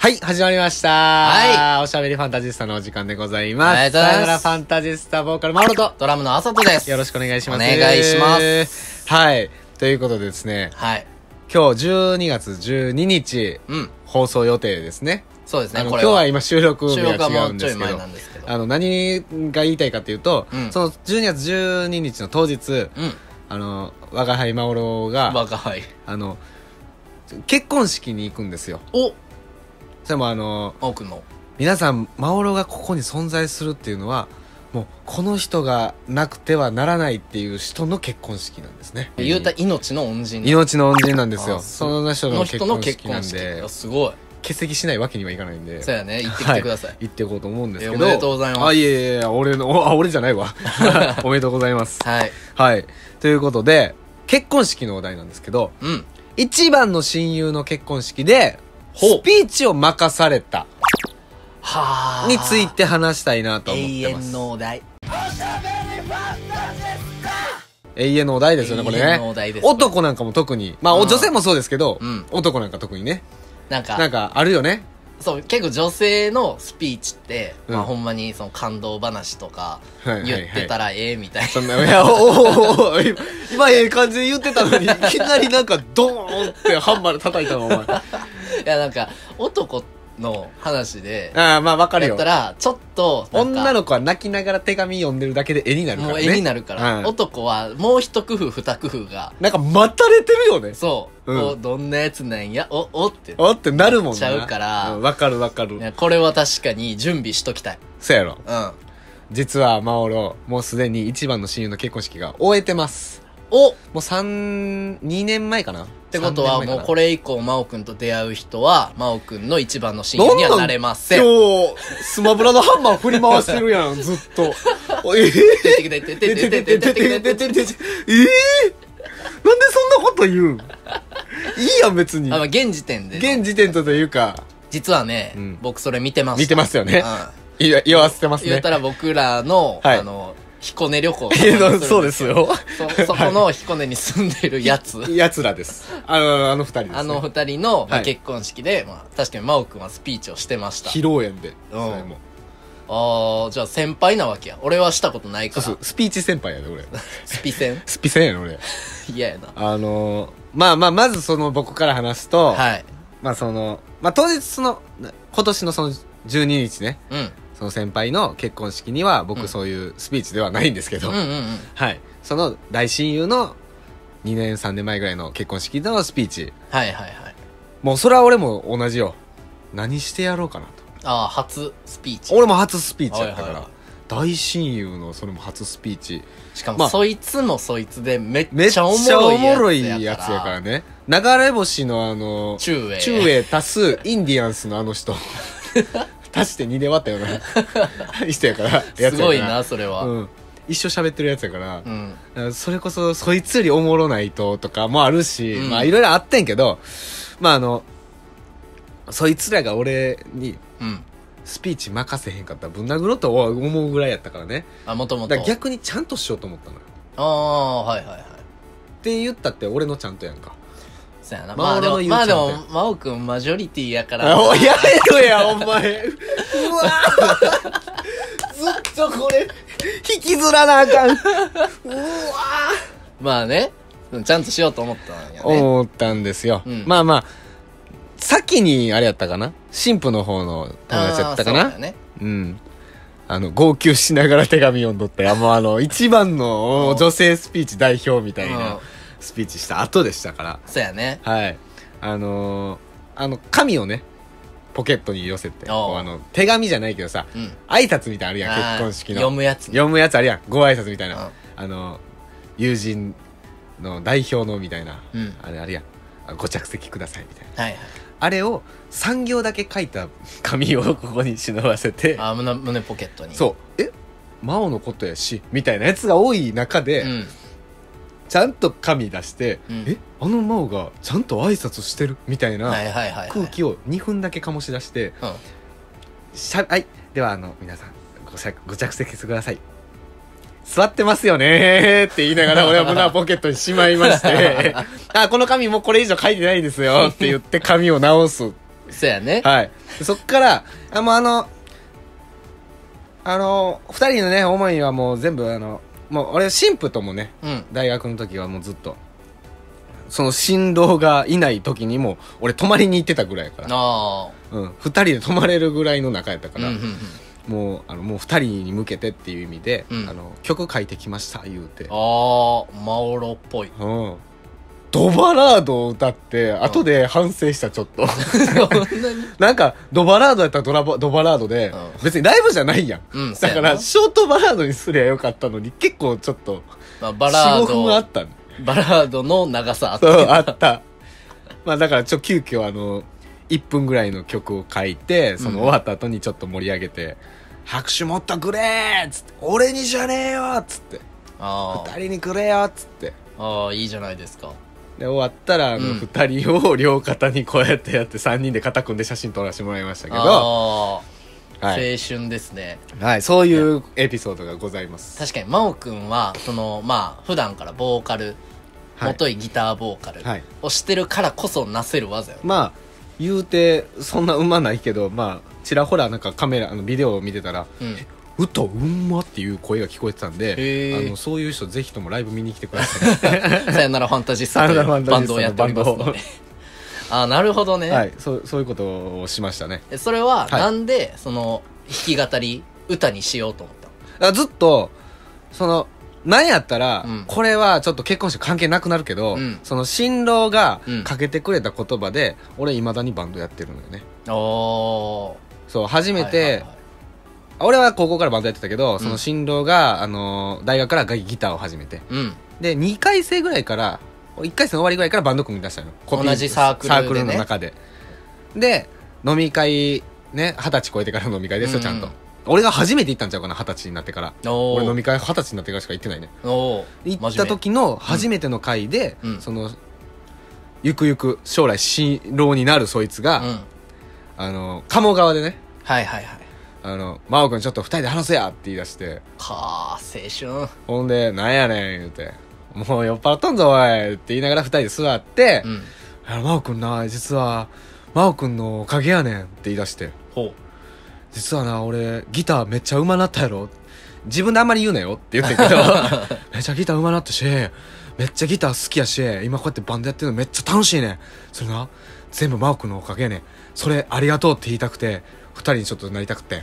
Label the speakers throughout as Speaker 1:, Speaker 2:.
Speaker 1: はい、始まりました。。
Speaker 2: はい
Speaker 1: おしゃべりファンタジスタのお時間でございます。
Speaker 2: ありがとうございます
Speaker 1: さよならファンタジスタボーカル、マロと、
Speaker 2: ドラムのあさとです。
Speaker 1: よろしくお願いします。
Speaker 2: お願いします。
Speaker 1: す。はい。ということでですね、
Speaker 2: はい。
Speaker 1: 今日12月12日、
Speaker 2: うん。
Speaker 1: 放送予定ですね。
Speaker 2: そうです
Speaker 1: あ
Speaker 2: ね、
Speaker 1: の
Speaker 2: こ
Speaker 1: 今
Speaker 2: れ
Speaker 1: 日は
Speaker 2: は。
Speaker 1: 今収録日
Speaker 2: 収録
Speaker 1: が
Speaker 2: は
Speaker 1: 違
Speaker 2: も
Speaker 1: う
Speaker 2: うんち
Speaker 1: で
Speaker 2: ょ
Speaker 1: す
Speaker 2: い
Speaker 1: け
Speaker 2: 前
Speaker 1: ど
Speaker 2: な。んですけど。
Speaker 1: あの、何が言いたいかっていうと、
Speaker 2: うん
Speaker 1: その12月12日の当日、
Speaker 2: うん。
Speaker 1: あの、我が輩マオロが、
Speaker 2: バカはい。
Speaker 1: あの、結婚式に行くんですよ。
Speaker 2: お
Speaker 1: それもあの、
Speaker 2: 多くの。
Speaker 1: 皆さんマオロがここに存在するっていうのはもうこの人がなくてはならないっていう人の結婚式なんですね
Speaker 2: 言うたら命の恩人。
Speaker 1: 命の恩人なんですよ
Speaker 2: あ
Speaker 1: そ
Speaker 2: そう
Speaker 1: の人の
Speaker 2: の
Speaker 1: 結
Speaker 2: 人の
Speaker 1: 婚
Speaker 2: 結
Speaker 1: 式な
Speaker 2: 婚
Speaker 1: ん
Speaker 2: 式。
Speaker 1: で
Speaker 2: あすごい。
Speaker 1: 欠席しないわけにはいかないんで
Speaker 2: そうやね。行ってきてください。
Speaker 1: 行っていこうと思うんですけど
Speaker 2: えおめでとうございます
Speaker 1: あいえいえいえ俺のおあ俺じゃないわ おめでとうございます
Speaker 2: はい。
Speaker 1: はいということで結婚式のお題なんですけど
Speaker 2: うん。
Speaker 1: 一番の親友の結婚式で
Speaker 2: ほう
Speaker 1: スピーチを任された
Speaker 2: はあ。
Speaker 1: につい。て話したいなと思って
Speaker 2: 永
Speaker 1: ます
Speaker 2: 遠のお題。
Speaker 1: 永遠のお題ですよね、これ
Speaker 2: 永遠のお
Speaker 1: ね。
Speaker 2: 題です。。
Speaker 1: 男なんかも特に、まあ、お
Speaker 2: うん
Speaker 1: 女性もそうですけど
Speaker 2: うん、
Speaker 1: 男なんか特にね。
Speaker 2: なんか、
Speaker 1: なんか、あるよね。
Speaker 2: そう、結構女性のスピーチって、
Speaker 1: うん
Speaker 2: まあほんまにその感動話とか、
Speaker 1: はいはいはい
Speaker 2: 言ってたらええみたいな。
Speaker 1: そんな、いや、おおお今今、ええ感じで言ってたの に、いきなりなんか、ドーンってハンマーで叩いたの、お前。あ
Speaker 2: いやなんか、男の話で、
Speaker 1: あ、まあ、わかる
Speaker 2: やっ
Speaker 1: よ
Speaker 2: た。ら、ちょっと、なんか
Speaker 1: 女の子は泣きながら手紙読んでるだけで絵になるから
Speaker 2: もう
Speaker 1: ね。
Speaker 2: 絵になるから、
Speaker 1: うん
Speaker 2: 男はもう一工夫二工夫が
Speaker 1: なんか、待たれてるよね。
Speaker 2: そう、
Speaker 1: うん
Speaker 2: おどんなやつなんやおおって
Speaker 1: おってなるもんな。
Speaker 2: ちゃうから
Speaker 1: んわかるわかる。
Speaker 2: ねこれは確かに準備しときたい
Speaker 1: そうやろ。
Speaker 2: うん
Speaker 1: 実は、マオロ、もうすでに一番の親友の結婚式が終えてます。
Speaker 2: おっ
Speaker 1: もう3、2年前かなって
Speaker 2: ことはもうこ
Speaker 1: れ
Speaker 2: れ以降真央くんと出会う人は真央くんの一番の親友にはなれません
Speaker 1: 今日、スマブラのハンマー振り回してるやん、ずっと。おえぇ
Speaker 2: 出てきて出てきて出てきて出てきて
Speaker 1: えぇなんでそんなこと言うんいいやん、別に
Speaker 2: あ。の現時点で
Speaker 1: 現時点とというか、
Speaker 2: 実はね、
Speaker 1: うん
Speaker 2: 僕それ見てました
Speaker 1: 見てますよね
Speaker 2: う
Speaker 1: いや言わせてます
Speaker 2: ん、言っ
Speaker 1: ね
Speaker 2: た。ら僕らの、
Speaker 1: はい
Speaker 2: あの彦根旅行
Speaker 1: いやそうですよ。
Speaker 2: そそこの彦根に住んでるやつ
Speaker 1: 奴らです。あの、あの二人です、ね。
Speaker 2: あの二人のまあ
Speaker 1: はい
Speaker 2: 結婚式で、まあ、確かに真央君はスピーチをしてました。
Speaker 1: 披露宴で。
Speaker 2: うん
Speaker 1: それも
Speaker 2: ああ、じゃあ先輩なわけや。俺はしたことない
Speaker 1: そ
Speaker 2: か
Speaker 1: う
Speaker 2: ら。
Speaker 1: そう、スピーチ先輩やで、俺。
Speaker 2: スピ 戦
Speaker 1: スピ先やね、俺。
Speaker 2: 嫌やな。
Speaker 1: あの、まあまあ、まずその僕から話すと、
Speaker 2: はい。
Speaker 1: まあその、まあ当日その、な今年のその12日ね、
Speaker 2: うん。
Speaker 1: その先輩の結婚式には
Speaker 2: う
Speaker 1: 僕
Speaker 2: ん
Speaker 1: そういうスピーチではないんですけど、
Speaker 2: うんうんうん。
Speaker 1: はい。その大親友の2年3年前ぐらいの結婚式のスピーチ。
Speaker 2: はいはいはい。
Speaker 1: もうそれは俺も同じよ。何してやろうかな
Speaker 2: ああ、初スピーチ。
Speaker 1: と。俺も初スピーチやったから、
Speaker 2: はいはい
Speaker 1: 大親友のそれも初スピーチ。
Speaker 2: しか
Speaker 1: まあ
Speaker 2: も、そいつもそいつでめっ
Speaker 1: めっち
Speaker 2: ちゃ
Speaker 1: ゃ
Speaker 2: お
Speaker 1: お
Speaker 2: もろいや
Speaker 1: も
Speaker 2: つやから。
Speaker 1: ろいやつやからね。流れ星のあの、
Speaker 2: 中英。
Speaker 1: 中。英足すインディアンスのあの 人足して2で割ったような人やからやつやから
Speaker 2: すごいな、それは。
Speaker 1: うん、一緒喋ってるやつやから
Speaker 2: う、ん。
Speaker 1: それこそそいつよりおもろないととかもあるし、
Speaker 2: うん
Speaker 1: まあいろいろあってんけどまああのそいつらが俺に
Speaker 2: うん。
Speaker 1: スピーチ任せへんかったらぶん殴ろうとは思うぐらいやったからね
Speaker 2: あ、もとも
Speaker 1: だ
Speaker 2: と。
Speaker 1: から逆にちゃんとしようと思ったのよ
Speaker 2: ああ、はいはいはい。
Speaker 1: って言ったって俺のちゃんとやん か
Speaker 2: そやな。
Speaker 1: まあ
Speaker 2: まあでも、
Speaker 1: 俺の言う
Speaker 2: まあでも
Speaker 1: ちゃん、
Speaker 2: 真央くんマジョリティやから。
Speaker 1: あおやめろや、お前。うわずっとこれ、引きずらなあかん。
Speaker 2: まあね。うんちゃんとしようと思ったんやね。
Speaker 1: 思ったんですよ。
Speaker 2: うん
Speaker 1: まあまあ、先にあれやったかな新婦の方の友達やったか
Speaker 2: あー
Speaker 1: な
Speaker 2: そうだね。
Speaker 1: うん。あの、号泣しながら手紙読んどったや、もうあの、一番の女性スピーチ代表みたい
Speaker 2: うん
Speaker 1: なスピーチした後でしたから。
Speaker 2: そうやね。
Speaker 1: はい。あのーあの、紙をね、ポケットに寄せて、
Speaker 2: おう
Speaker 1: こうあの、手紙じゃないけどさ、
Speaker 2: うん。
Speaker 1: 挨拶みたいなのあるやん、
Speaker 2: あー
Speaker 1: 結婚式の。
Speaker 2: 読むやつね。
Speaker 1: 読むやつあるやんご挨拶みたいな、
Speaker 2: うん
Speaker 1: あの友人の代表のみたいな、
Speaker 2: うん
Speaker 1: あれあるやんあご着席くださいみたいな
Speaker 2: はいはい。
Speaker 1: あれを3行だけ書いた紙をここに忍ばせて
Speaker 2: あー、胸、胸ポケットに。う。
Speaker 1: そうえ真央のことやしみたいなやつが多い中で、
Speaker 2: うん。
Speaker 1: ちゃんと紙出して、
Speaker 2: うん
Speaker 1: えあの真央がちゃんと挨拶してるみたい
Speaker 2: は
Speaker 1: ない
Speaker 2: はいはいはい。
Speaker 1: 空気を2分だけ醸し出して、
Speaker 2: うん。
Speaker 1: しゃはいではあの皆さんごしゃご着席してください座ってますよねーって言いながら俺は胸をポケットに しまいましてあこの紙もうこれ以上書いてないですよって言って紙を直す
Speaker 2: そうやね。
Speaker 1: はい。そっから、あ、もうあの、あの、二人のね、思いはもう全部あの、もう俺、神父ともね、
Speaker 2: うん。
Speaker 1: 大学の時はもうずっと、その新郎がいない時にも、俺泊まりに行ってたぐらいやから、
Speaker 2: あ
Speaker 1: うん。二人で泊まれるぐらいの仲やった
Speaker 2: あ。
Speaker 1: か
Speaker 2: うんう
Speaker 1: ら、
Speaker 2: んうん。
Speaker 1: もう、あの、もう二人に向けてっていう意味で、
Speaker 2: うん
Speaker 1: あの、曲書いてきました、言うて。
Speaker 2: ああ、マオロっぽ い。
Speaker 1: うん。ドバラードを歌って、後で反省した、ちょっと。
Speaker 2: そんなに
Speaker 1: なんか、ドバラードやったらドラバドバラードで、
Speaker 2: う
Speaker 1: 別にライブじゃないやん。
Speaker 2: うん
Speaker 1: だか
Speaker 2: そうや
Speaker 1: ら、
Speaker 2: な
Speaker 1: ショートバラードにすりゃよかったのに、結構ちょっと、
Speaker 2: まあ、バラー
Speaker 1: 4、5分あった
Speaker 2: ド、
Speaker 1: の。
Speaker 2: バラードの長さあっ
Speaker 1: そ
Speaker 2: た。
Speaker 1: う、 あった。まあ、だから、ちょ、急遽、あの、1分ぐらいの曲を書いて、その
Speaker 2: うん
Speaker 1: 終わった後にちょっと盛り上げて、拍手持っとくれーっつって、俺にじゃねえよーっつって、
Speaker 2: あ
Speaker 1: 二人にくれよーっつって。
Speaker 2: あ。ああ、いいじゃないですか。
Speaker 1: で終わったらあの
Speaker 2: うん
Speaker 1: 2人を両肩にこうやってやって3人で肩組んで写真撮らせてもらいましたけど、
Speaker 2: ああ、
Speaker 1: はい
Speaker 2: 青春ですね。
Speaker 1: はい、そういうエピソードがございます
Speaker 2: 確かに、真央くんは、その、まあ、普段からボーカル、
Speaker 1: はい
Speaker 2: 元いギターボーカル
Speaker 1: はい
Speaker 2: をしてるからこそなせる技よね。
Speaker 1: まあ言うてそんなうまないけどまあちらほらなんかカメラあのビデオを見てたら
Speaker 2: うん。
Speaker 1: 「歌うんま」っていう声が聞こえてたん
Speaker 2: へ
Speaker 1: で
Speaker 2: ー
Speaker 1: あのそういう人ぜひともライブ見に来てください
Speaker 2: さよならファンタジスタとい
Speaker 1: さよなら
Speaker 2: う
Speaker 1: ファ
Speaker 2: バ
Speaker 1: ンタジスタ
Speaker 2: ンド
Speaker 1: の
Speaker 2: をやっております
Speaker 1: バン
Speaker 2: の
Speaker 1: ドを
Speaker 2: で。ああ、なるほど ね。
Speaker 1: はいそうそういうことをしましたね
Speaker 2: えそれは、
Speaker 1: はい
Speaker 2: なんで、その、弾き語り、歌にしようと思ったの
Speaker 1: だからずっとそのなんやったら、
Speaker 2: うん
Speaker 1: これはちょっと結婚式関係なくなるけど、
Speaker 2: うん
Speaker 1: その新郎が
Speaker 2: うん
Speaker 1: かけてくれた言葉で、俺いまだにバンドやってるのよね
Speaker 2: お
Speaker 1: そう初
Speaker 2: ー
Speaker 1: めて、
Speaker 2: はいはいはい
Speaker 1: 俺は高校からバンドやってたけど
Speaker 2: ん
Speaker 1: その新郎が、あのー大学からギターを始めて
Speaker 2: うん
Speaker 1: で2回生ぐらいから1回生の終わりぐらいからバンド組み出したのコピ
Speaker 2: 同じサークルでね
Speaker 1: の中でで飲み会ね二十歳超えてからの飲み会ですよちゃんと、
Speaker 2: うんうん
Speaker 1: 俺が初めて行ったんちゃうかな二十歳になってから
Speaker 2: お
Speaker 1: 俺飲
Speaker 2: ー
Speaker 1: み会二十歳になってからしか行ってないね
Speaker 2: おー
Speaker 1: 行った時の初めての回で、
Speaker 2: うんうん
Speaker 1: そのゆくゆく将来新郎になるそいつが、
Speaker 2: 真面目うん
Speaker 1: あの鴨川でね
Speaker 2: はいはいはい
Speaker 1: 「あの真央君ちょっと二人で話せや」って言い出して
Speaker 2: かー青春
Speaker 1: ほんで「なんやねん」言うて「もう酔っ払ったんぞおい」って言いながら二人で座って
Speaker 2: うん
Speaker 1: 「あの真央君な実は真央君のおかげやねん」って言い出して
Speaker 2: ほ
Speaker 1: 「実はな俺ギターめっちゃうまなったやろ」自分であんまり言うなよって言ってんけ どめっちゃギターうまなったしめっちゃギター好きやし今こうやってバンドやってるのめっちゃ楽しいねんそれな全部真央君のおかげやねんそれありがとうって言いたくて二人にちょっとなりたくてんっ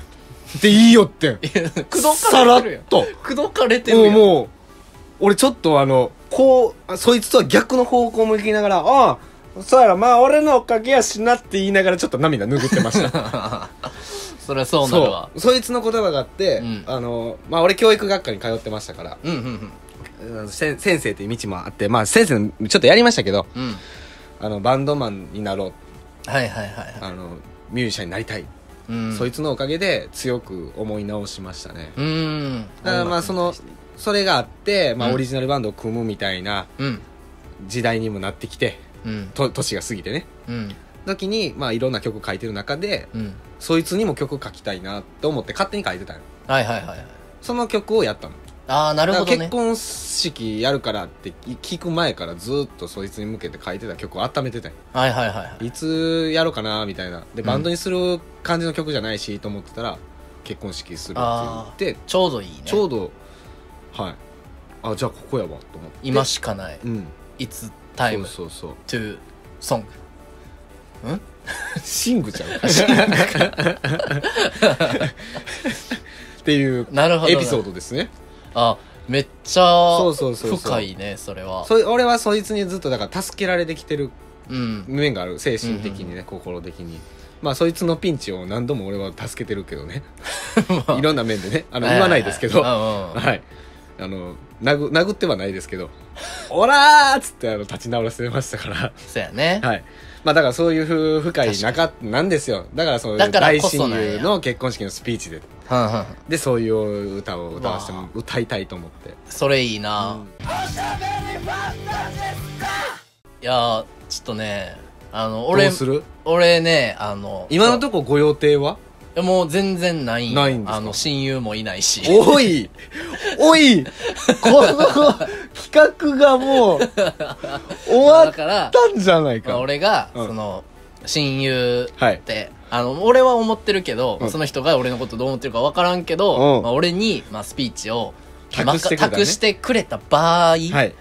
Speaker 1: ていいよってん
Speaker 2: ういや 口説
Speaker 1: さ
Speaker 2: かられ
Speaker 1: って
Speaker 2: るやん
Speaker 1: と
Speaker 2: 口説かれてる
Speaker 1: もう
Speaker 2: やん
Speaker 1: もう俺ちょっとあのこうあそいつとは逆の方向向きながら「ああそうやろまあ俺のおかげやしな」って言いながらちょっと涙拭ってました
Speaker 2: そりゃそうなるわ
Speaker 1: そうそいつの言葉があって、
Speaker 2: うん
Speaker 1: あのまあ俺教育学科に通ってましたから
Speaker 2: うんうん
Speaker 1: うんせ先生っていう道もあってまあ先生のちょっとやりましたけど
Speaker 2: うんうん
Speaker 1: あのバンドマンになろう
Speaker 2: はいはいはいは
Speaker 1: あのミュージシャンになりたい、
Speaker 2: いうん
Speaker 1: そいつのおかげで強く思い直しましたね、
Speaker 2: うーん
Speaker 1: だからまあそのそれがあって、まあ、
Speaker 2: うん
Speaker 1: オリジナルバンドを組むみたいな
Speaker 2: うん
Speaker 1: 時代にもなってきて、
Speaker 2: うん
Speaker 1: と年が過ぎてね
Speaker 2: うん
Speaker 1: 時にまあいろんな曲書いてる中で
Speaker 2: うん
Speaker 1: そいつにも曲書きたいなと思って勝手に書いてたの
Speaker 2: はいはいはいはい
Speaker 1: その曲をやったの、
Speaker 2: ああなる
Speaker 1: だか
Speaker 2: ほ
Speaker 1: ら
Speaker 2: ど
Speaker 1: 結
Speaker 2: ね
Speaker 1: 婚式やるからって聞く前からずっとそいつに向けて書いてた曲を温めてたんよ
Speaker 2: はいはいはいはい
Speaker 1: いつやろうかなみたいなで
Speaker 2: うん
Speaker 1: バンドにする感じの曲じゃないしと思ってたら結婚式するって言って
Speaker 2: ちょうどいいね
Speaker 1: ちょうどはいあじゃあここやわと思って
Speaker 2: 今しかない
Speaker 1: うん
Speaker 2: いつタイ
Speaker 1: そう
Speaker 2: ム
Speaker 1: そう そう
Speaker 2: to song
Speaker 1: シング ちゃうっていう
Speaker 2: なるほど
Speaker 1: エピソ
Speaker 2: ー
Speaker 1: ードですね
Speaker 2: ドあめっちゃ
Speaker 1: そうそうそうそう
Speaker 2: 深いねそれは
Speaker 1: そい俺はそいつにずっとだから助けられてきてる
Speaker 2: うん
Speaker 1: 面がある精神的にね、心的にまあそいつのピンチを何度も俺は助けてるけ どねいろんな面でねあの言わないですけど
Speaker 2: は
Speaker 1: は
Speaker 2: ははい
Speaker 1: あの殴殴ってはないです けど「オラー!」っつってあの立ち直らせました から
Speaker 2: うんそうやね
Speaker 1: はいまあだからそういうふ深い仲なんですよだからその
Speaker 2: だから
Speaker 1: 大
Speaker 2: こそ
Speaker 1: 親
Speaker 2: なんや
Speaker 1: 友の結婚式のスピーチで
Speaker 2: はんはん
Speaker 1: でそういう歌を歌わせて
Speaker 2: う
Speaker 1: も
Speaker 2: わ
Speaker 1: 歌いたいと思って
Speaker 2: それいい
Speaker 1: う
Speaker 2: な、
Speaker 1: ん
Speaker 2: いやーちょっとねあの
Speaker 1: ど
Speaker 2: 俺
Speaker 1: うする
Speaker 2: 俺ねあの
Speaker 1: 今のとこご予定は
Speaker 2: こもう全然ないよ
Speaker 1: ないんですか
Speaker 2: あの親友もいないし
Speaker 1: おいおいこの企画がもう終わ
Speaker 2: だ
Speaker 1: っ
Speaker 2: から、
Speaker 1: たんじゃない
Speaker 2: まあ
Speaker 1: か。
Speaker 2: 俺が、
Speaker 1: うん
Speaker 2: その親友
Speaker 1: はい
Speaker 2: ってあの俺は思ってるけど、
Speaker 1: うん
Speaker 2: その人が俺のことどう思ってるか分からんけど、
Speaker 1: うん
Speaker 2: まあ、俺に、まあ、スピーチを
Speaker 1: 託してくれたね
Speaker 2: まあ託してくれた場合
Speaker 1: はい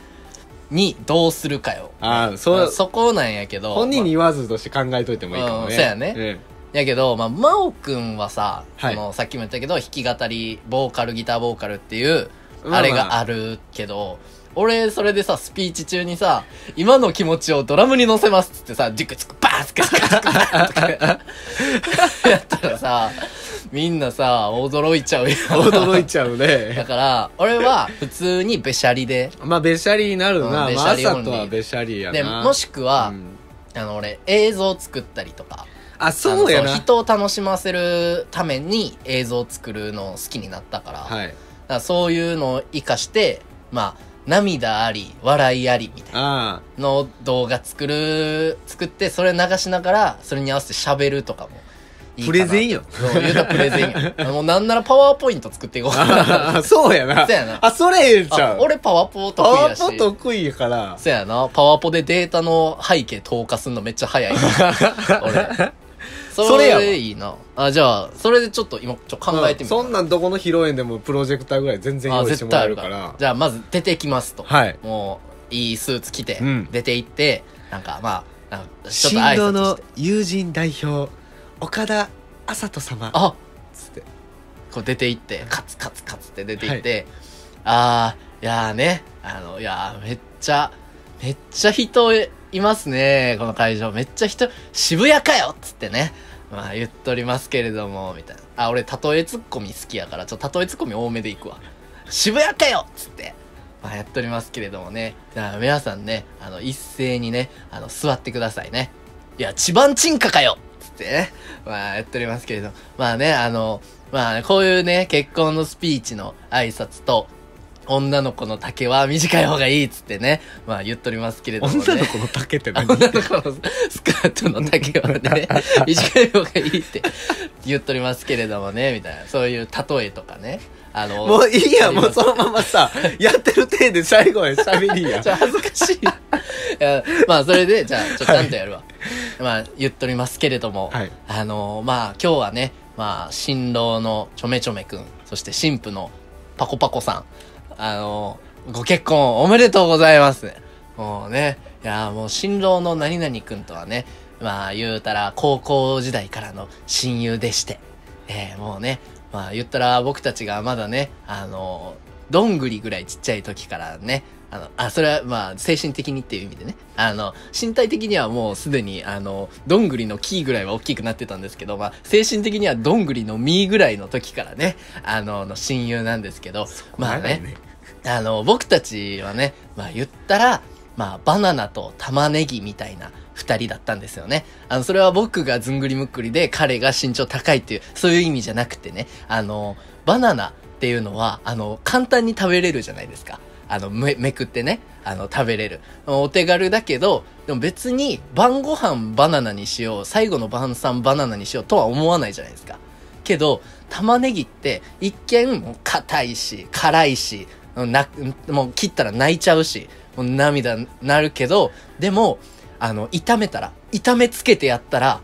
Speaker 2: にどうするかよ、
Speaker 1: ああそう
Speaker 2: そこなんやけど
Speaker 1: 本人に
Speaker 2: ま
Speaker 1: 言わずとして考えといてもいいかも
Speaker 2: うん
Speaker 1: ね
Speaker 2: そうやね
Speaker 1: ん
Speaker 2: あやけど、まあ、真央くんはさ、
Speaker 1: はい
Speaker 2: そのさっきも言ったけど弾き語りボーカルギターボーカルっていう
Speaker 1: まあまあ
Speaker 2: あれがあるけど、俺、それでさ、スピーチ中にさ、今の気持ちをドラムに乗せますっつってさ、ジュクジュクバースカスカスカスカとかやったらさ、みんなさ、驚いちゃうよ。
Speaker 1: 驚いちゃう
Speaker 2: だ
Speaker 1: ね
Speaker 2: から、俺は普通にべしゃりで、
Speaker 1: まあべしゃりになるな、
Speaker 2: うん
Speaker 1: ま
Speaker 2: べし
Speaker 1: あ、
Speaker 2: ゃりオン
Speaker 1: 朝
Speaker 2: リー
Speaker 1: とはべしゃりやな
Speaker 2: で、もしくは、
Speaker 1: うん
Speaker 2: あの、俺、映像作ったりとか、
Speaker 1: あそうや
Speaker 2: あの
Speaker 1: な
Speaker 2: そう人を楽しませるために映像作るの好きになったから、だか
Speaker 1: はい
Speaker 2: らそういうのを活かして、まあ、涙あり、笑いあり、みたい
Speaker 1: あ
Speaker 2: な。の動画作る、作って、それ流しながら、それに合わせて喋るとかもいい
Speaker 1: あ
Speaker 2: か
Speaker 1: プ
Speaker 2: な
Speaker 1: レゼンよ
Speaker 2: そう、言うたらプレゼンや。もうなんならパワーポイント作って いこうかな。
Speaker 1: あそうやな
Speaker 2: そうやな
Speaker 1: あそれええんちゃ
Speaker 2: あ
Speaker 1: う
Speaker 2: 俺パワポ得
Speaker 1: パ
Speaker 2: 意
Speaker 1: ワ
Speaker 2: やし。
Speaker 1: ーポ得意や から
Speaker 2: そうやな。パワポでデータの背景投下すんのめっちゃ早いな。俺。
Speaker 1: そ
Speaker 2: そ
Speaker 1: れやわ
Speaker 2: れいいな。あ、じゃあ、それでちょっと今、ちょっと考えてみ
Speaker 1: う
Speaker 2: よ
Speaker 1: んそんなんどこの披露宴でもプロジェクターぐらい全然
Speaker 2: あ、
Speaker 1: 用意して
Speaker 2: 絶
Speaker 1: も
Speaker 2: 対
Speaker 1: ら
Speaker 2: あ
Speaker 1: え
Speaker 2: る
Speaker 1: る
Speaker 2: か
Speaker 1: から
Speaker 2: ら。じゃあ、まず出てきますと。
Speaker 1: はい
Speaker 2: もう、いいスーツ着て
Speaker 1: うん、
Speaker 2: 出て行って、なんかまあ、なんかちょ
Speaker 1: 新
Speaker 2: っと挨拶して。
Speaker 1: 郎の友人代表岡田あさと様
Speaker 2: あ
Speaker 1: つって
Speaker 2: こう出て行ってカツカツカツって出て行って、ああいやーねあのいやーめっちゃめっちゃ人いますねこの会場めっちゃ人渋谷かよっつってねまあ言っとりますけれどもみたいなあ俺例えツッコミ好きやからちょっと例えツッコミ多めでいくわ渋谷かよっつってまあやっとりますけれどもねだから皆さんねあの一斉にねあの座ってくださいねいや千番沈下かよっつってねまあやっておりますけれどまあねあのまあね、こういうね、結婚のスピーチの挨拶と、女の子の丈は短い方がいいっつってね、まあ言っとりますけれどもね。
Speaker 1: 女の子の竹って
Speaker 2: あ
Speaker 1: 何
Speaker 2: 女の子のスカートの丈はね、短い方がいいって言っとりますけれどもね、みたいな。そういう例えとかね。あ の、
Speaker 1: もういいやもうそのままさやってる体で最後までしゃべりや
Speaker 2: ちょっと恥ずかし い。いやまあ、それで、じゃあ、ちょっとちゃんとやるわ。まあ、言っとりますけれども、
Speaker 1: はい
Speaker 2: あのーまあ、今日はね、まあ、新郎のちょめちょめくん、そして新婦のパコパコさん、あのーご結婚おめでとうございます。もうね、いや、もう新郎の何々くんとはね、まあ、言うたら、高校時代からの親友でして、えーもうね、まあ、言ったら僕たちがまだね、あのーどんぐりぐらいちっちゃい時からね、あの、あ、それはまあ、精神的にっていう意味でね。あの、身体的にはもうすでに、あの、どんぐりの木ぐらいは大きくなってたんですけど、まあ、精神的にはどんぐりの実ぐらいの時からね、あの、の親友なんですけど、 まあね、あの、僕たちはね、まあ言ったら、まあバナナと玉ねぎみたいな二人だったんですよね。あの、それは僕がずんぐりむっくりで彼が身長高いっていう、そういう意味じゃなくてね、あの、バナナっていうのは、あの、簡単に食べれるじゃないですか。あの、め、めくってね、あの、食べれる。お手軽だけど、でも別に晩ご飯バナナにしよう、最後の晩餐バナナにしようとは思わないじゃないですか。けど玉ねぎって一見もう硬いし辛いしなもう切ったら泣いちゃうしもう涙なるけどでもあの炒めたら炒めつけてやったら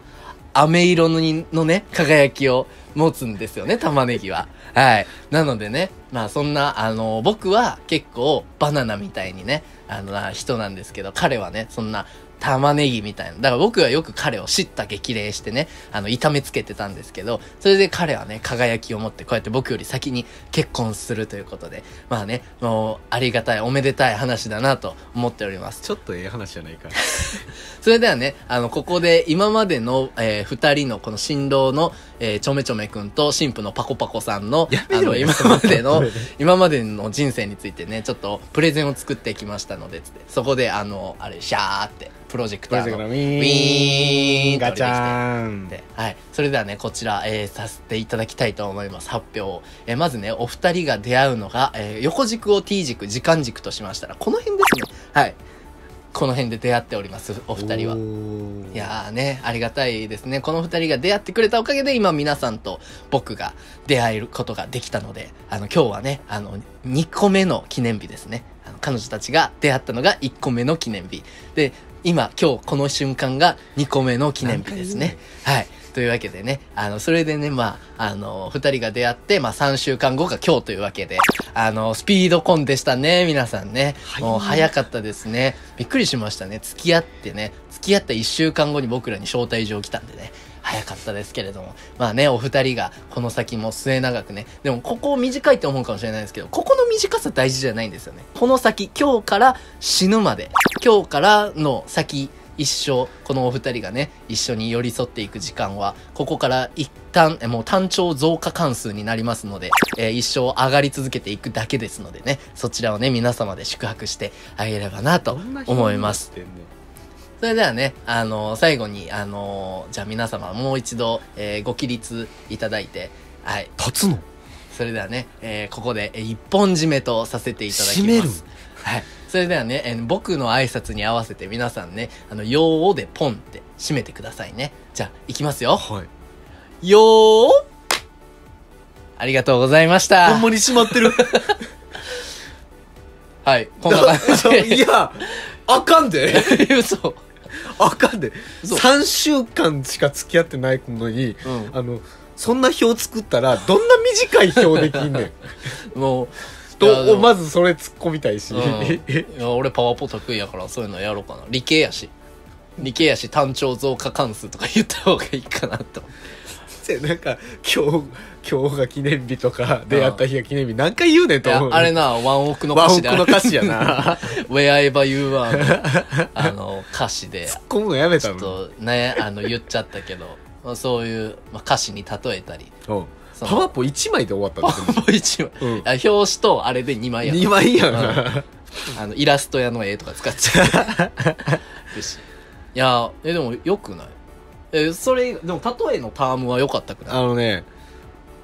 Speaker 2: 飴色のにのね輝きを持つんですよね玉ねぎははいなのでねまあそんなあの僕は結構バナナみたいにねあのな人なんですけど彼はねそんな玉ねぎみたいな。だから僕はよく彼を叱咤激励してね、あの、痛めつけてたんですけど、それで彼はね、輝きを持って、こうやって僕より先に結婚するということで、まあね、もう、ありがたい、おめでたい話だなと思っております。
Speaker 1: ちょっとええ話じゃないか
Speaker 2: それではね、あの、ここで今までの、えー二人のこの新郎の、えーちょめちょめくんと新婦のパコパコさんの、
Speaker 1: やめ
Speaker 2: あ
Speaker 1: ろ
Speaker 2: の、
Speaker 1: よ
Speaker 2: 今までの
Speaker 1: そんな、
Speaker 2: 今までの人生についてね、ちょっとプレゼンを作ってきましたので、つって、そこであの、あれ、シャーって、プロジェク
Speaker 1: プ
Speaker 2: タ
Speaker 1: ロ
Speaker 2: ー
Speaker 1: ジェクト
Speaker 2: の
Speaker 1: のウ
Speaker 2: ウ
Speaker 1: ィーン
Speaker 2: と
Speaker 1: ガ
Speaker 2: 降り
Speaker 1: チ
Speaker 2: てきて
Speaker 1: ャーン
Speaker 2: ではい、それではねこちら、えーさせていただきたいと思います発表を、えーまずねお二人が出会うのが、えー横軸を T 軸時間軸としましたらこの辺ですねはいこの辺で出会っておりますお二人は
Speaker 1: はい
Speaker 2: やーねありがたいですねこの二人が出会ってくれたおかげで今皆さんと僕が出会えることができたのであの今日はねあの2個目の記念日ですねあの彼女たちが出会ったのが1個目の記念日で今、今日この瞬間が2個目の記念日ですね。はい。というわけでね、あの、それでね、まあ、あの、二人が出会って、まあ、3週間後が今日というわけで、あの、スピード婚でしたね、皆さんね。
Speaker 1: はい
Speaker 2: もう早かったですね。びっくりしましたね。付き合ってね、付き合った1週間後に僕らに招待状来たんでね。早かったですけれども。まあね、お二人がこの先も末永くね。でも、ここ短いって思うかもしれないですけど、ここの短さ大事じゃないんですよね。この先、今日から死ぬまで、今日からの先、一生、このお二人がね、一緒に寄り添っていく時間は、ここから一旦、えもう単調増加関数になりますので、えー一生上がり続けていくだけですのでね、そちらをね、皆様で宿泊してあげればなと思います。それではね、あの最後に、あのじゃあ皆様もう一度、えーご起立いただいて、はい。
Speaker 1: 立つの
Speaker 2: それではね、えーここで、えー一本締めとさせていただきます。
Speaker 1: 締める
Speaker 2: はい。それではね、えー僕の挨拶に合わせて皆さんね、あの、よーでポンって締めてくださいね。じゃあ、いきますよ。
Speaker 1: はい
Speaker 2: よーありがとうございました。
Speaker 1: ほんまに閉ま ってる
Speaker 2: はい。 こんな感じで。
Speaker 1: いやあかんで
Speaker 2: 嘘。
Speaker 1: あかんで
Speaker 2: 嘘
Speaker 1: 3週間しか付き合ってないのに
Speaker 2: うん
Speaker 1: あのそんな表作ったらどんな短い表でき んねん
Speaker 2: もう。いやで
Speaker 1: と
Speaker 2: も
Speaker 1: まずそれ突っ込みたいし、
Speaker 2: うん、いや俺パワポ得意やからそういうのやろうかな理系やし理系やし単調増加関数とか言った方がいいかなと
Speaker 1: せなんか今日今日が記念日とか出会った日が記念日何回言うねん
Speaker 2: い
Speaker 1: と
Speaker 2: や
Speaker 1: 思う
Speaker 2: あれなワンオクの
Speaker 1: 和
Speaker 2: 歌詞
Speaker 1: 服
Speaker 2: である
Speaker 1: の歌詞やな
Speaker 2: Wherever You Are のあの歌詞で
Speaker 1: 突っ込むのやめ
Speaker 2: ち
Speaker 1: た
Speaker 2: ょっ
Speaker 1: の
Speaker 2: とねあの言っちゃったけど、まあ、そういう、まあ、歌詞に例えたり
Speaker 1: うん
Speaker 2: その
Speaker 1: パワポ1枚で終わったん
Speaker 2: パ
Speaker 1: で
Speaker 2: ワ
Speaker 1: す
Speaker 2: ポ1枚
Speaker 1: よ、うん、
Speaker 2: あ表紙とあれで2枚やった
Speaker 1: 2枚やな、
Speaker 2: あのイラスト屋の絵とか使っちゃうよしいやえでもよくないえそれでも例えのタームは良かったくな い
Speaker 1: あのね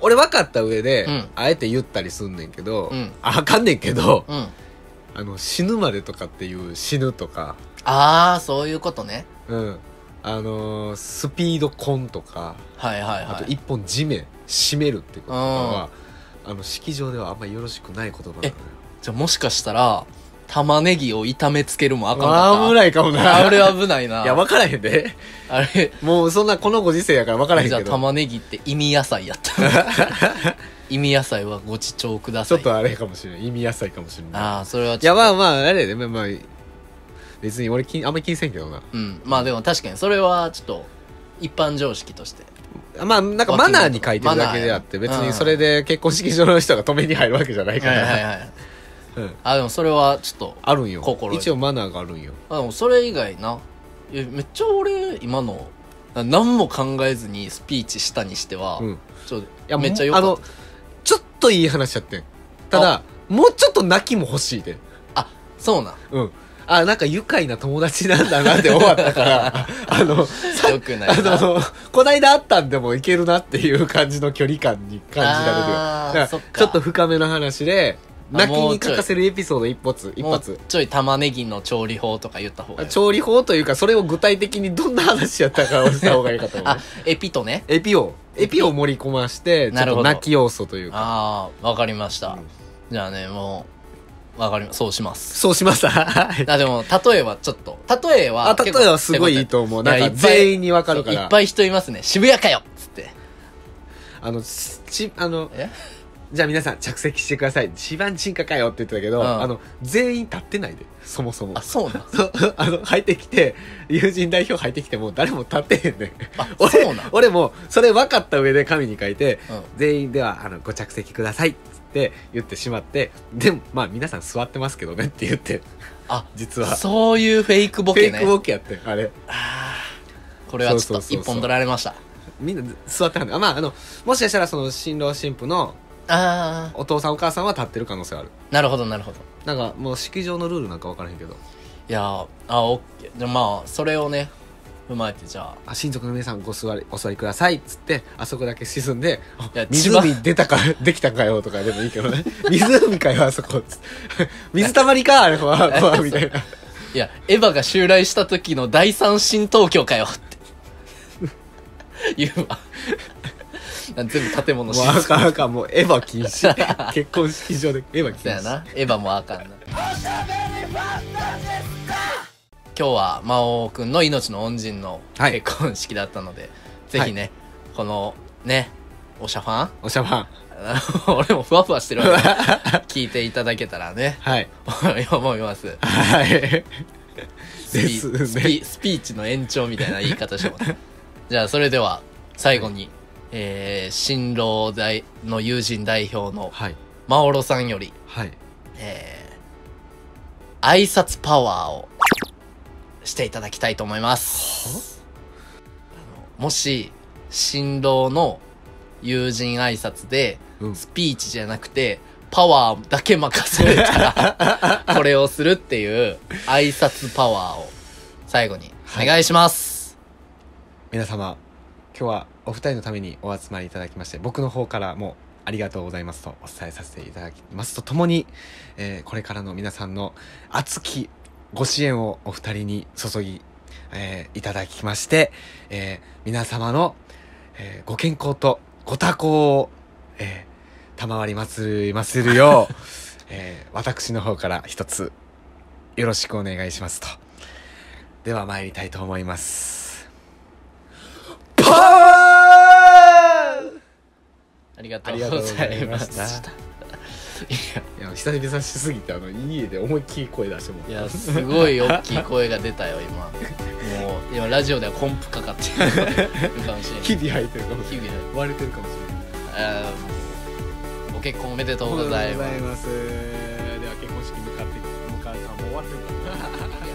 Speaker 1: 俺分かった上で、
Speaker 2: うん
Speaker 1: あえて言ったりすんねんけど、
Speaker 2: うん
Speaker 1: あかんねんけど、
Speaker 2: うん
Speaker 1: あの死ぬまでとかっていう死ぬとか、
Speaker 2: ああそういうことね
Speaker 1: うん、あのースピード婚とか
Speaker 2: はいはい
Speaker 1: あ
Speaker 2: は
Speaker 1: と
Speaker 2: い
Speaker 1: 一本地面締めるってことは、あの式場ではあんまりよろしくない言葉なのよ
Speaker 2: じゃあもしかしたら玉ねぎを炒めつけるもあかんか
Speaker 1: あ
Speaker 2: った
Speaker 1: ー危ないかもな
Speaker 2: あ れ危ないない
Speaker 1: や分からへんで
Speaker 2: あれ
Speaker 1: もうそんなこのご時世やから分からへん
Speaker 2: じゃ
Speaker 1: け
Speaker 2: あ
Speaker 1: ど
Speaker 2: 玉ねぎって意味野菜やった 意味野菜はごちそうくだ
Speaker 1: ち
Speaker 2: さ
Speaker 1: ょ
Speaker 2: い
Speaker 1: っとあれかもしれない意味野菜かもしれない
Speaker 2: ああそれはちょっ
Speaker 1: い
Speaker 2: と
Speaker 1: やまあまああれやでまあまあ別に俺気にあんまり気にせんけどな
Speaker 2: うんまあでも確かにそれはちょっと一般常識として
Speaker 1: まあなんかマナーに書いてるだけであって
Speaker 2: マ
Speaker 1: 別
Speaker 2: ナーや
Speaker 1: にそれで結婚式場の人が止めに入るわけじゃないか
Speaker 2: はいは
Speaker 1: ら
Speaker 2: いはい
Speaker 1: うん
Speaker 2: あでもそれはちょっと
Speaker 1: あるんよ
Speaker 2: 心得
Speaker 1: 一応マナーがあるんよ
Speaker 2: あでもそれ以外なえめっちゃ俺今のな何も考えずにスピーチしたにしては、
Speaker 1: うんい
Speaker 2: ちょっ
Speaker 1: や
Speaker 2: とめっちゃよ
Speaker 1: あ
Speaker 2: かっ
Speaker 1: のちょっといい話やってんただもうちょっと泣きも欲しいで
Speaker 2: たそうなん
Speaker 1: うんあなんか愉快な友達なんだなって終わったから あのさ
Speaker 2: よくないな
Speaker 1: あ の、こないだあったんでもいけるなっていう感じの距離感に感じられるよ。
Speaker 2: あー
Speaker 1: だから
Speaker 2: そっか
Speaker 1: ちょっと深めの話で、
Speaker 2: あ
Speaker 1: 泣き
Speaker 2: もう
Speaker 1: に
Speaker 2: ちょい
Speaker 1: 欠かせるエピソード一発、一
Speaker 2: もう
Speaker 1: 発。
Speaker 2: ちょい玉ねぎの調理法とか言った方がいい
Speaker 1: 調理法というか、それを具体的にどんな話やったかをした方がいいかと思う
Speaker 2: あ。エピとね
Speaker 1: エピを、エピを盛り込まして、ちょ
Speaker 2: な
Speaker 1: っ
Speaker 2: るほ
Speaker 1: と
Speaker 2: ど
Speaker 1: 泣き要素というか。
Speaker 2: ああわかりました、
Speaker 1: うん
Speaker 2: じゃあねもうわかりまそうします
Speaker 1: そうしました。はい
Speaker 2: あでも例えはちょっと例えは
Speaker 1: あ、例えばすごいいいと思う。なんか全員にわかるか
Speaker 2: いっ
Speaker 1: ら。
Speaker 2: ぱい人いますね渋谷かよっつって
Speaker 1: あの、ち、あの、
Speaker 2: え
Speaker 1: じゃあ皆さん着席してください。一番進化かよって言ってたけど、
Speaker 2: うん
Speaker 1: あの、全員立ってないで、そもそも
Speaker 2: あ。そうなん
Speaker 1: そうあの、入ってきて、友人代表入ってきても誰も立ってへんねん。
Speaker 2: あ
Speaker 1: 俺
Speaker 2: そうなん、
Speaker 1: 俺も、それ分かった上で紙に書いて、
Speaker 2: うん
Speaker 1: 全員では、あの、ご着席くださいっつって言ってしまって、でも、まあ皆さん座ってますけどねって言って、
Speaker 2: あ
Speaker 1: 実は。
Speaker 2: そういうフェイクボケ
Speaker 1: フェ
Speaker 2: ね
Speaker 1: イクウォークやってんあれ。
Speaker 2: これはち
Speaker 1: そ
Speaker 2: ょ
Speaker 1: う
Speaker 2: っ
Speaker 1: そうそうそ
Speaker 2: と
Speaker 1: う
Speaker 2: 一本取られました
Speaker 1: みんな座ってはんねんあまあ、あの、もしかしたらその新郎新婦の
Speaker 2: あ
Speaker 1: お父さんお母さんは立ってる可能性ある。
Speaker 2: あなるほどなるほど
Speaker 1: なんかもう式場のルールなんか分からへんけど。
Speaker 2: いやーあオッケーじゃあまあそれをね踏まえてじゃあ
Speaker 1: あ親族の皆さんご座りお座りくださいっつってあそこだけ沈んであ
Speaker 2: いや
Speaker 1: 湖出たか できたかよとかでもいいけどね 湖かよあそこ 水たまりかあれ はこわみたいない
Speaker 2: やエヴァが襲来した時の第三新東京かよって 言うわ全部建物
Speaker 1: もう
Speaker 2: し
Speaker 1: あかんあかんもうエヴァ禁 止結婚式場でエヴァ
Speaker 2: そ
Speaker 1: 禁
Speaker 2: や
Speaker 1: 止
Speaker 2: なエヴァもあかんな今日は魔王くんの命の恩人の
Speaker 1: はい
Speaker 2: 結婚式だったので、ぜひね、このねおしゃファン
Speaker 1: おしゃばん
Speaker 2: あの俺もふわふわしてるわけ聞いていただけたらね
Speaker 1: はい
Speaker 2: 思います
Speaker 1: はい
Speaker 2: スピ
Speaker 1: ですね
Speaker 2: スピスピーチの延長みたいな言い方し てますじゃあそれでは最後に、えー新郎大の友人代表の
Speaker 1: はい
Speaker 2: マオロさんより、
Speaker 1: はい
Speaker 2: えー挨拶パワーをしていただきたいと思いますあのもし新郎の友人挨拶で
Speaker 1: うん
Speaker 2: スピーチじゃなくてパワーだけ任せれたら これをするっていう挨拶パワーを最後にお願いします、
Speaker 1: 皆様今日はお二人のためにお集まりいただきまして僕の方からもありがとうございますとお伝えさせていただきますとともに、えーこれからの皆さんの熱きご支援をお二人に注ぎ、えーいただきまして、えー皆様の、えーご健康とご多幸を、えー賜り祭りまするよう、えー私の方から一つよろしくお願いしますとでは参りたいと思います。パワー
Speaker 2: ありがと
Speaker 1: あ
Speaker 2: う
Speaker 1: りがとう
Speaker 2: ご
Speaker 1: ご
Speaker 2: ざ
Speaker 1: ざ
Speaker 2: い
Speaker 1: い
Speaker 2: ま
Speaker 1: ま
Speaker 2: し
Speaker 1: した
Speaker 2: た
Speaker 1: いや久々しすぎてあの家で思いっきり声出しても
Speaker 2: いやすごい大きい声が出たよ今もう今ラジオではコンプかかってるかもし れない
Speaker 1: 日々入ってるかもし
Speaker 2: 日々
Speaker 1: れない割れてるかもしれない
Speaker 2: あーご結婚おめでとうございま
Speaker 1: お
Speaker 2: す
Speaker 1: めでとうございますでは結婚式向かって向かうあもう終わってるか